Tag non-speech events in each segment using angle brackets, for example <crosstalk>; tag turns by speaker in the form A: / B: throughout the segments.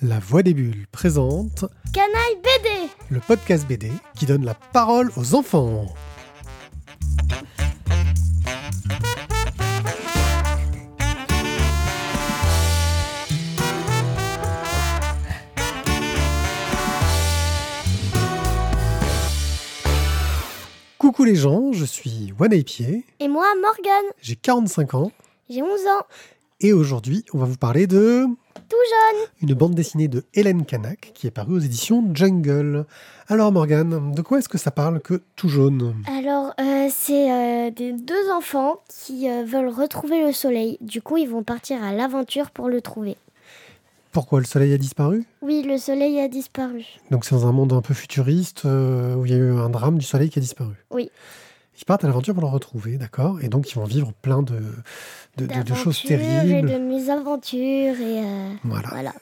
A: La Voix des Bulles présente
B: Canal BD
A: le podcast BD qui donne la parole aux enfants. Coucou les gens, je suis Pied,
B: Et moi, Morgane,
A: j'ai 45 ans
B: j'ai 11 ans,
A: et aujourd'hui on va vous parler de...
B: tout jeune.
A: une bande dessinée de Hélène Kanak qui est parue aux éditions Jungle. Alors Morgane, de quoi est-ce que ça parle que tout jaune
B: Alors, euh, c'est euh, des deux enfants qui euh, veulent retrouver le soleil. Du coup, ils vont partir à l'aventure pour le trouver.
A: Pourquoi le soleil a disparu
B: Oui, le soleil a disparu.
A: Donc c'est dans un monde un peu futuriste euh, où il y a eu un drame du soleil qui a disparu.
B: Oui.
A: Ils partent à l'aventure pour le retrouver, d'accord Et donc ils vont vivre plein de, de, de- de choses
B: D'aventures et
A: terribles. Ah.
B: de mésaventures et euh,
A: Voilà.
B: voilà.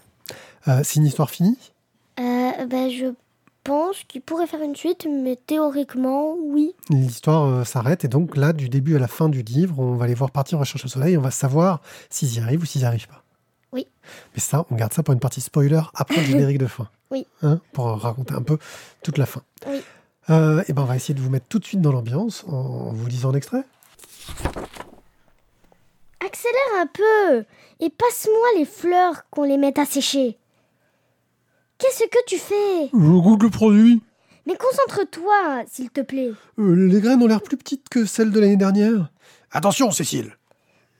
A: Euh, c'est une histoire finie
B: Euh, bah, je pense qu'ils pourraient faire une suite, mais théoriquement, oui.
A: L'histoire euh, s'arrête et donc là, du début à la fin du livre, on va les voir partir en recherche au soleil et on va savoir s'ils y arrivent ou s'ils n'y arrivent pas.
B: Oui.
A: Mais ça, on garde ça pour une partie spoiler
B: <laughs>
A: après le générique de fin.
B: Oui.
A: Hein, pour euh, raconter un peu toute la fin.
B: Oui.
A: Euh, et ben, on va essayer de vous mettre tout de suite dans l'ambiance en vous lisant un extrait.
B: Accélère un peu et passe-moi les fleurs qu'on les mette à sécher. Qu'est-ce que tu fais
A: Je goûte le produit.
B: Mais concentre-toi, s'il te plaît.
A: Euh, les graines ont l'air plus petites que celles de l'année dernière. Attention, Cécile.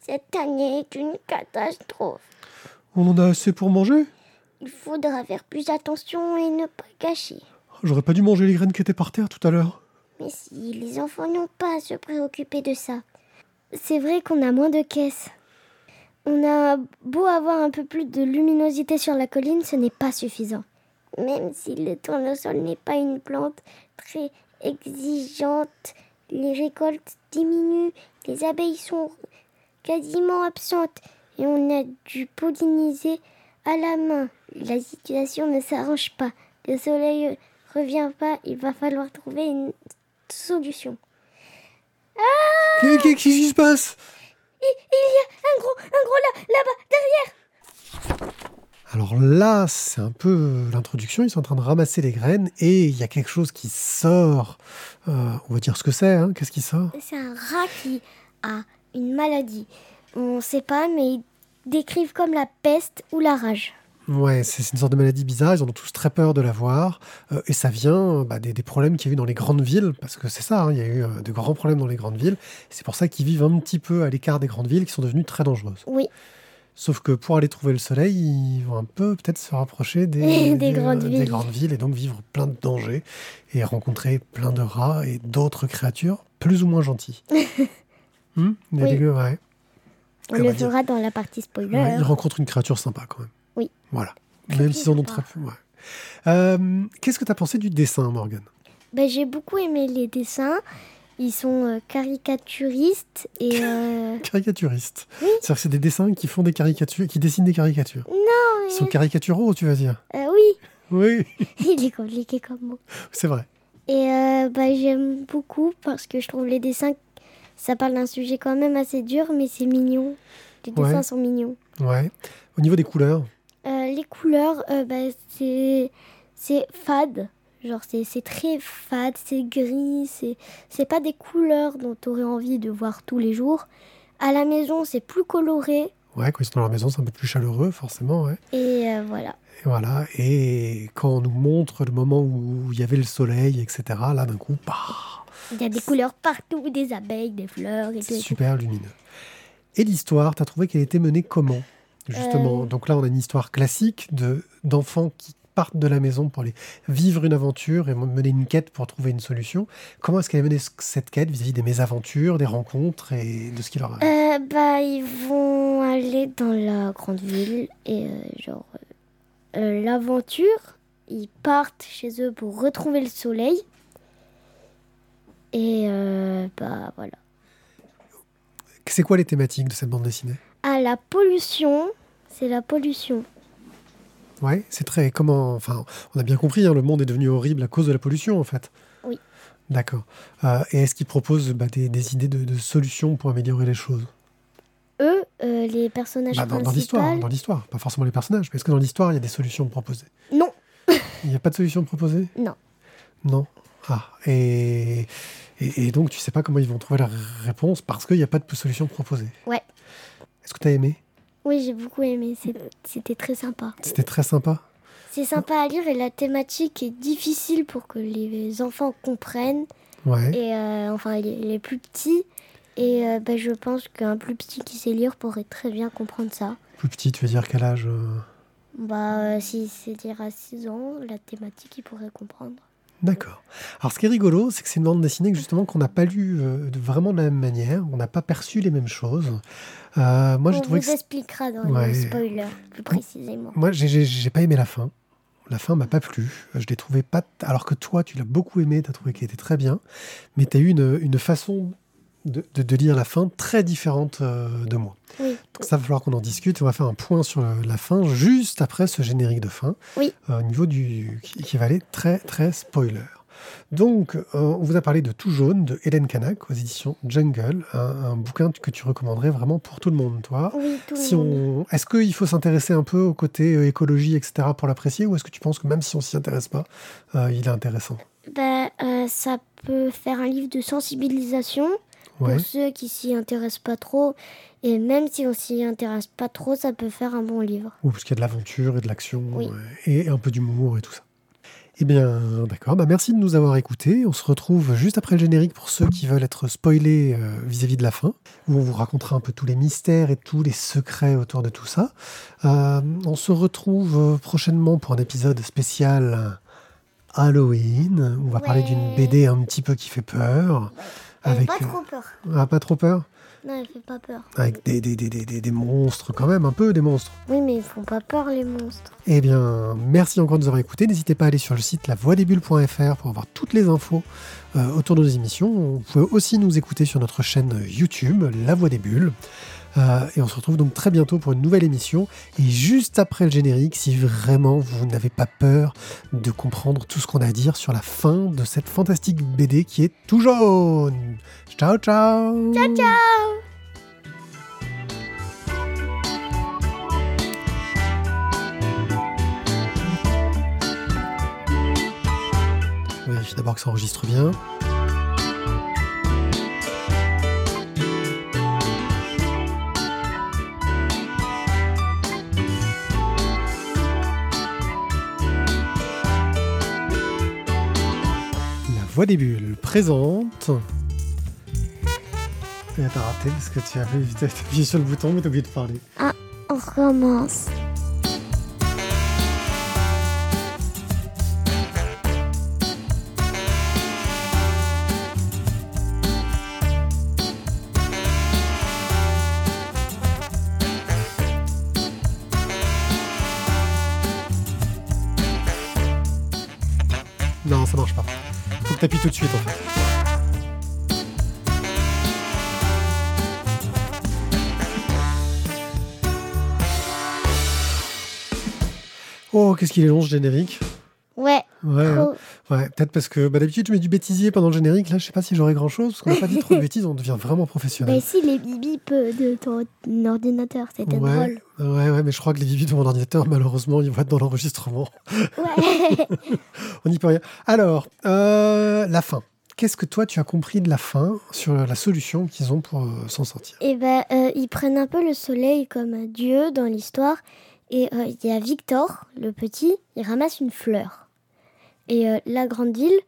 B: Cette année est une catastrophe.
A: On en a assez pour manger
B: Il faudra faire plus attention et ne pas gâcher.
A: J'aurais pas dû manger les graines qui étaient par terre tout à l'heure.
B: Mais si, les enfants n'ont pas à se préoccuper de ça. C'est vrai qu'on a moins de caisses. On a beau avoir un peu plus de luminosité sur la colline, ce n'est pas suffisant. Même si le tournesol n'est pas une plante très exigeante, les récoltes diminuent, les abeilles sont quasiment absentes et on a dû polliniser à la main. La situation ne s'arrange pas. Le soleil revient pas, il va falloir trouver une solution.
A: Qu'est- Qu'est-ce qui se passe
B: Un gros, un gros là, là-bas, derrière
A: Alors là, c'est un peu euh, l'introduction. Ils sont en train de ramasser les graines et il y a quelque chose qui sort. Euh, on va dire ce que c'est. hein. Qu'est-ce qui sort
B: C'est un rat qui a une maladie. On sait pas, mais ils décrivent comme la peste ou la rage.
A: Ouais, c'est c'est une sorte de maladie bizarre. Ils en ont tous très peur de la voir. Euh, et ça vient euh, bah, des, des problèmes qu'il y a eu dans les grandes villes. Parce que c'est ça, hein, il y a eu euh, de grands problèmes dans les grandes villes. C'est pour ça qu'ils vivent un petit peu à l'écart des grandes villes qui sont devenues très dangereuses.
B: Oui,
A: Sauf que pour aller trouver le soleil, ils vont un peu peut-être se rapprocher des,
B: <laughs>
A: euh,
B: Des grandes
A: des
B: villes.
A: grandes villes et donc vivre plein de dangers et rencontrer plein de rats et d'autres créatures plus ou moins gentilles.
B: <laughs>
A: Hmm Il y a
B: Oui.
A: des gueux, ouais.
B: on
A: Eh
B: le
A: ben, dis-
B: verra dans la partie spoiler.
A: Ouais, ils rencontrent une créature sympa quand même.
B: Oui.
A: Voilà.
B: Très,
A: Même
B: très
A: s'ils en ont très
B: sympa.
A: peu. ouais. Euh, Qu'est-ce que tu as pensé du dessin, Morgan
B: Ben, J'ai beaucoup aimé les dessins. Ils sont euh, caricaturistes et... euh,
A: <laughs> Caricaturiste.
B: Oui.
A: C'est-à-dire que c'est des dessins qui font des caricatures, qui dessinent des caricatures. <laughs> Ils sont caricaturaux, tu vas dire.
B: euh, oui, <laughs>
A: Oui, <laughs>
B: il est compliqué comme mot.
A: c'est vrai.
B: Et euh, bah, j'aime beaucoup parce que je trouve les dessins, ça parle d'un sujet quand même assez dur, mais c'est mignon. Les
A: Ouais.
B: dessins sont mignons.
A: Ouais. Au niveau des couleurs,
B: Euh, les couleurs, euh, bah, c'est c'est fade. Genre, c'est c'est très fade, c'est gris, c'est c'est pas des couleurs dont tu aurais envie de voir tous les jours. À la maison, c'est plus coloré.
A: Ouais, quand ils sont dans leur maison, c'est un peu plus chaleureux, forcément. Ouais.
B: Et euh, voilà.
A: Et voilà. Et quand on nous montre le moment où il y avait le soleil, etc., là, d'un coup, bah,
B: Il y a des couleurs partout, des abeilles, des fleurs et tout.
A: c'est
B: et tout.
A: super lumineux. Et l'histoire, t'as trouvé qu'elle était menée comment Justement,
B: Euh.
A: donc là, on a une histoire classique de d'enfants qui partent de la maison pour aller vivre une aventure et mener une quête pour trouver une solution. Comment est-ce qu'elle a mené ce- cette quête vis-à-vis des mésaventures, des rencontres et de ce qui leur arrive
B: Euh, bah, ils vont aller dans la grande ville et euh, genre euh, euh, l'aventure. Ils partent chez eux pour retrouver le soleil. Et euh, bah voilà.
A: C'est quoi les thématiques de cette bande dessinée
B: Ah, la pollution, c'est la pollution.
A: Ouais, c'est très. Comment. Enfin, on a bien compris, hein, le monde est devenu horrible à cause de la pollution, en fait.
B: Oui.
A: D'accord. Euh, et est-ce qu'ils proposent bah, des, des idées de, de solutions pour améliorer les choses
B: Eux, euh, euh, les personnages
A: Bah, dans dans
B: principaux
A: l'histoire, dans l'histoire, pas forcément les personnages, mais est-ce que dans l'histoire, il y a des solutions proposées
B: Non,
A: <laughs> Il n'y a pas de solution proposée
B: non.
A: Non. Ah, et, et, et donc tu sais pas comment ils vont trouver la réponse parce qu'il n'y a pas de solution proposée.
B: Ouais.
A: Est-ce que tu as aimé
B: Oui, j'ai beaucoup aimé. c'est- C'était très sympa.
A: C'était très sympa.
B: C'est sympa à lire et la thématique est difficile pour que les enfants comprennent.
A: Ouais.
B: Et euh, enfin, les, les plus petits. Et euh, bah, je pense qu'un plus petit qui sait lire pourrait très bien comprendre ça.
A: Plus petit, tu veux dire quel âge euh
B: Bah, euh, s'il sait dire à 6 ans, la thématique, il pourrait comprendre.
A: D'accord. Alors, ce qui est rigolo, c'est que c'est une bande dessinée que, justement qu'on n'a pas lue euh, de- vraiment de la même manière. On n'a pas perçu les mêmes choses. Euh, moi, j'ai
B: On
A: trouvé que
B: vous expliquera dans
A: Ouais.
B: le spoiler, plus précisément.
A: Moi, j'ai j'ai- j'ai pas aimé la fin. La fin m'a pas plu. Euh, Je l'ai trouvé pas. t- Alors que toi, tu l'as beaucoup aimé, tu as trouvé qu'elle était très bien. Mais tu as eu une, une façon de, de- de lire la fin très différente euh, de moi.
B: Oui.
A: Donc ça va falloir qu'on en discute. On va faire un point sur le- la fin juste après ce générique de fin.
B: Oui.
A: Euh, Au niveau du. qui, qui va aller très, très spoiler. Donc, euh, on vous a parlé de Tout jaune de Hélène Canac aux éditions Jungle, un, un bouquin que tu recommanderais vraiment pour tout le monde, toi.
B: Oui, tout
A: Si
B: le
A: on...
B: monde.
A: Est-ce qu'il faut s'intéresser un peu au côté euh, écologie, etc., pour l'apprécier, ou est-ce que tu penses que même si on s'y intéresse pas, euh, il est intéressant
B: Bah, euh, ça peut faire un livre de sensibilisation
A: Ouais.
B: pour ceux qui s'y intéressent pas trop. Et même si on s'y intéresse pas trop, ça peut faire un bon livre.
A: Ou parce qu'il y a de l'aventure et de l'action,
B: Oui.
A: ouais, et un peu d'humour et tout ça. Eh bien, d'accord. Bah, merci de nous avoir écoutés. On se retrouve juste après le générique pour ceux qui veulent être spoilés euh, vis-à-vis de la fin, où on vous racontera un peu tous les mystères et tous les secrets autour de tout ça. Euh, on se retrouve euh, prochainement pour un épisode spécial Halloween, où on va parler
B: Ouais.
A: d'une BD un petit peu qui fait peur. Avec,
B: Pas trop peur.
A: euh, ah, pas trop peur
B: Non, elle fait pas peur.
A: Avec des, des, des, des, des- des monstres quand même, un peu des monstres.
B: Oui, mais ils font pas peur, les monstres.
A: Eh bien, merci encore de nous avoir écoutés. N'hésitez pas à aller sur le site lavoidesbulles.fr pour avoir toutes les infos euh, autour de nos émissions. Vous pouvez aussi nous écouter sur notre chaîne YouTube, La Voix des Bulles. Euh, et on se retrouve donc très bientôt pour une nouvelle émission. Et juste après le générique, si vraiment vous n'avez pas peur de comprendre tout ce qu'on a à dire sur la fin de cette fantastique BD qui est tout jaune. Ciao, ciao Ciao, ciao Vérifie d'abord que ça enregistre bien. La voix des bulles présente. Et t'as raté parce que tu as <laughs> t'as appuyé sur le bouton mais t'as oublié de parler.
B: On recommence.
A: Non, ça marche pas. Faut que t'appuies tout de suite en fait. Oh, qu'est-ce qu'il est long ce générique.
B: Ouais,
A: Ouais, hein.
B: trop.
A: ouais peut-être parce que bah, d'habitude je mets du bêtisier pendant le générique. Là, je sais pas si j'aurai grand-chose parce qu'on n'a pas dit trop de bêtises, on devient vraiment
B: Bah,
A: professionnel.
B: si, les bibips de ton ordinateur, c'était
A: Ouais, ouais, ouais, mais je crois que les vivis de mon ordinateur, malheureusement, ils vont être dans l'enregistrement.
B: drôle. Ouais.
A: <laughs> On n'y peut rien. Alors, euh, la fin. Qu'est-ce que toi, tu as compris de la fin sur la solution qu'ils ont pour euh, s'en sortir
B: Et ben, euh, ils prennent un peu le soleil comme un dieu dans l'histoire. Et euh, il y a Victor, le petit, il ramasse une fleur. Et euh, la grande île,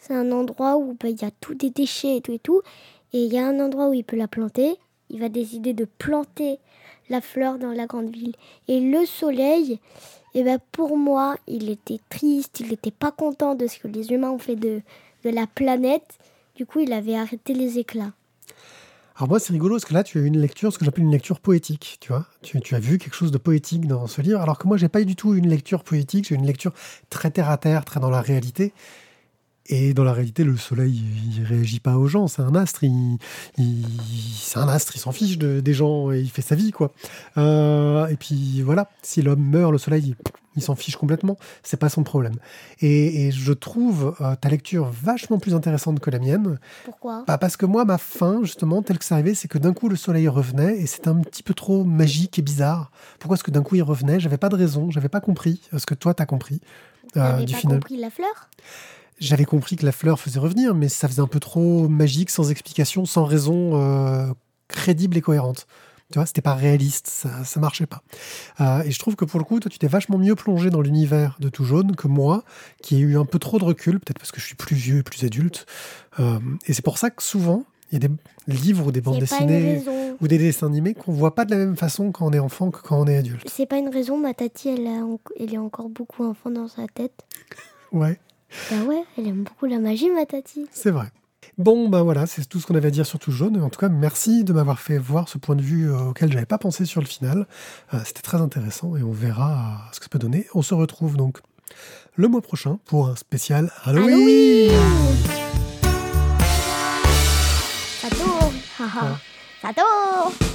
B: c'est un endroit où ben, il y a tous des déchets et tout et tout. Et il y a un endroit où il peut la planter. Il va décider de planter la fleur dans la grande ville. Et le soleil, et ben, pour moi, il était triste, il n'était pas content de ce que les humains ont fait de, de la planète. Du coup, il avait arrêté les éclats.
A: Alors moi, c'est rigolo parce que là, tu as eu une lecture, ce que j'appelle une lecture poétique, tu vois. Tu, tu as vu quelque chose de poétique dans ce livre, alors que moi, j'ai pas eu du tout une lecture poétique. J'ai eu une lecture très terre à terre, très dans la réalité. Et dans la réalité, le soleil, il réagit pas aux gens. C'est un astre. Il, il- c'est un astre. Il s'en fiche de- des gens et il fait sa vie, quoi. Euh, et puis voilà. Si l'homme meurt, le soleil, il- il s'en fiche complètement, c'est pas son problème. Et, et je trouve euh, ta lecture vachement plus intéressante que la mienne.
B: Pourquoi
A: Bah, parce que moi, ma fin, justement, telle que ça arrivait, c'est que d'un coup le soleil revenait et c'était un petit peu trop magique et bizarre. Pourquoi est-ce que d'un coup il revenait J'avais pas de raison, j'avais pas compris euh, ce que toi t'as compris euh,
B: T'avais
A: du
B: pas
A: final.
B: compris la fleur
A: J'avais compris que la fleur faisait revenir, mais ça faisait un peu trop magique, sans explication, sans raison euh, crédible et cohérente. Tu vois, c'était pas réaliste, ça, ça marchait pas. Euh, et je trouve que pour le coup, toi, tu t'es vachement mieux plongé dans l'univers de Tout Jaune que moi, qui ai eu un peu trop de recul, peut-être parce que je suis plus vieux et plus adulte. Euh, et c'est pour ça que souvent, il y a des livres ou des bandes
B: C'est pas une
A: dessinées
B: raison.
A: ou des dessins animés qu'on voit pas de la même façon quand on est enfant que quand on est adulte.
B: C'est pas une raison, ma tati, elle, a en- elle est encore beaucoup enfant dans sa tête.
A: Ouais.
B: Bah ouais, elle aime beaucoup la magie, ma tati.
A: C'est vrai. Bon, ben voilà, c'est tout ce qu'on avait à dire sur Tout Jaune. En tout cas, merci de m'avoir fait voir ce point de vue euh, auquel j'avais pas pensé sur le final. Euh, C'était très intéressant et on verra euh, ce que ça peut donner. On se retrouve donc le mois prochain pour un spécial Halloween.
B: Sato Haha Sato